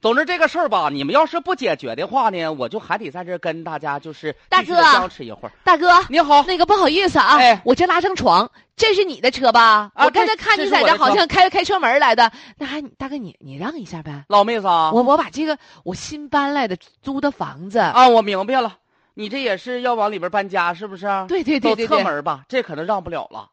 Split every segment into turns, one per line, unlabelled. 总之这个事儿吧，你们要是不解决的话呢，我就还得在这儿跟大家就是
大
继续
哥
地僵持一会儿。
大哥，
你好，
那个不好意思啊，
哎
我这拉正床，这是你的车吧？
啊
我刚才
这
看
这
你
是
在
我
这
的
好
车
像开开车门来的，那还大哥你你让一下呗。
老妹子啊，
我我把这个我新搬来的租的房子，
啊，我明白了，你这也是要往里边搬家是不是？
对对对对
走侧
对，
门吧，这可能让不了了。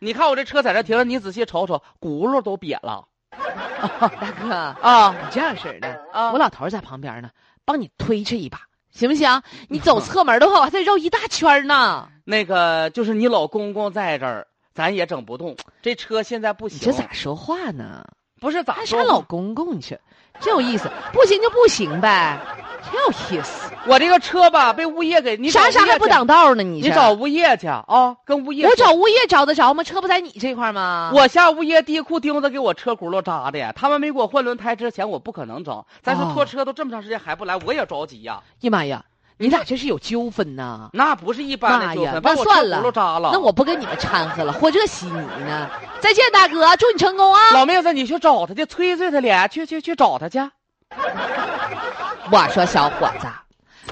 你看我这车在这停着，你仔细瞅瞅，轱辘都瘪了
大哥，
啊
你这样式儿的，
啊！
我老头儿在旁边呢，帮你推搡一把，行不行？你走侧门 的话，我还得绕一大圈儿呢。
那个就是你老公公在这儿，咱也整不动。这车现在不
你
行，
这咋说话呢？
不是咋
还
说
啥老公公你去，真有意思。不行就不行呗，真有意思。
我这个车吧被物业给你
你
找
啊啥
物
啥
业
还不
去
挡道呢？你
你
这
找物业去啊，跟物业
我
说
找物业找得着吗？车不在你这块儿吗？哎
我下物业地库钉子给我车轱辘扎的，他们没给我换轮胎之前，我不可能整。再说
哦
拖车都这么长时间还不来，我也着急呀。
呀妈呀，你俩这是有纠纷呐！
嗯那不是一般的
妈
纠
呀
纷，把
那
我车
算了
轱辘扎了。
那我不跟你们掺和了，和这稀泥呢。再见，大哥，祝你成功啊！
老妹子，你去找他去，催催他俩，去去去找他去。
我说小伙子，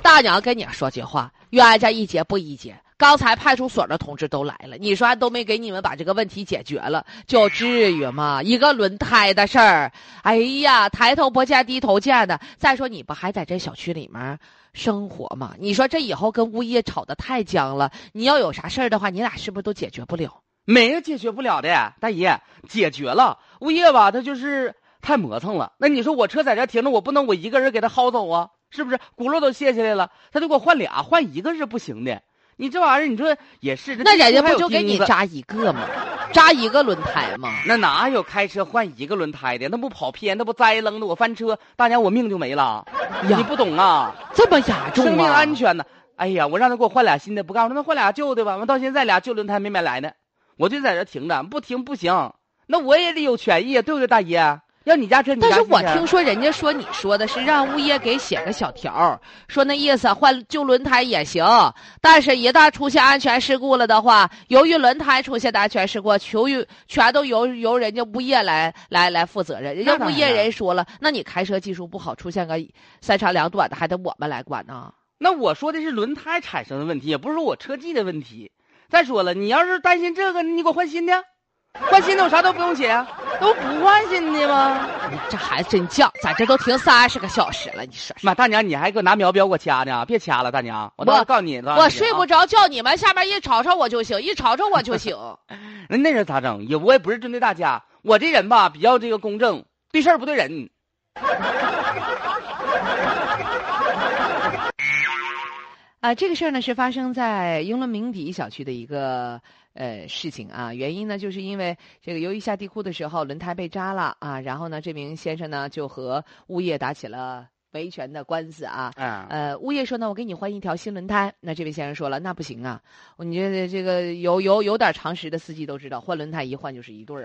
大娘跟你说句话，冤家宜解不宜结。刚才派出所的同志都来了，你说都没给你们把这个问题解决了，就至于吗？一个轮胎的事儿，哎呀，抬头不见低头见的。再说你不还在这小区里面生活吗？你说这以后跟物业吵得太僵了，你要有啥事儿的话，你俩是不是都解决不了？
没有解决不了的，大姨解决了。物业吧，他就是太磨蹭了。那你说我车在这停着，我不能我一个人给他薅走啊，是不是？轱辘都卸下来了，他就给我换俩，换一个是不行的。你这玩意儿，你说也是，这
那人家
还有
不就给
钉
你
子
扎一个吗？扎一个轮胎吗？
那哪有开车换一个轮胎的？那不跑偏，那不栽楞的，我翻车，大娘我命就没了。你
呀，
不懂啊，
这么严重啊！
生命安全呢。哎呀，我让他给我换俩新的，不干，我说那换俩旧的吧。完到现在俩旧轮胎没买来呢，我就在这停着，不停不行。那我也得有权益，啊对不对，大爷？要你家车，你家
但是我
汽车啊
听说人家说你说的是让物业给写个小条儿，说那意思换旧轮胎也行，但是一旦出现安全事故了的话，由于轮胎出现的安全事故，由于全都由由人家物业来来来负责任。人家
那当
物业
然
人说了，那你开车技术不好，出现个三长两短的，还得我们来管呢。
那我说的是轮胎产生的问题，也不是说我车技的问题。再说了，你要是担心这个，你给我换新的，换新的我啥都不用写啊，那我不换新的吗？
哎呀，这孩子真犟，咱这都停三十个小时了，你说说。
妈，大娘，你还给我拿苗标给我掐呢？别掐了，大娘，我到时候
我
告诉你，
我睡不
着。
着觉，你们下面一吵吵我就醒，一吵吵我就醒。
那那人咋整？也我也不是针对大家，我这人吧比较这个公正，对事儿不对人。
啊，这个事儿呢是发生在英伦鸣笛小区的一个呃事情啊，原因呢就是因为这个由于下地库的时候轮胎被扎了啊，然后呢这名先生呢就和物业打起了维权的官司啊。
嗯，
呃，物业说呢，我给你换一条新轮胎。那这位先生说了，那不行啊，你这这个有有有点常识的司机都知道，换轮胎一换就是一对儿啊。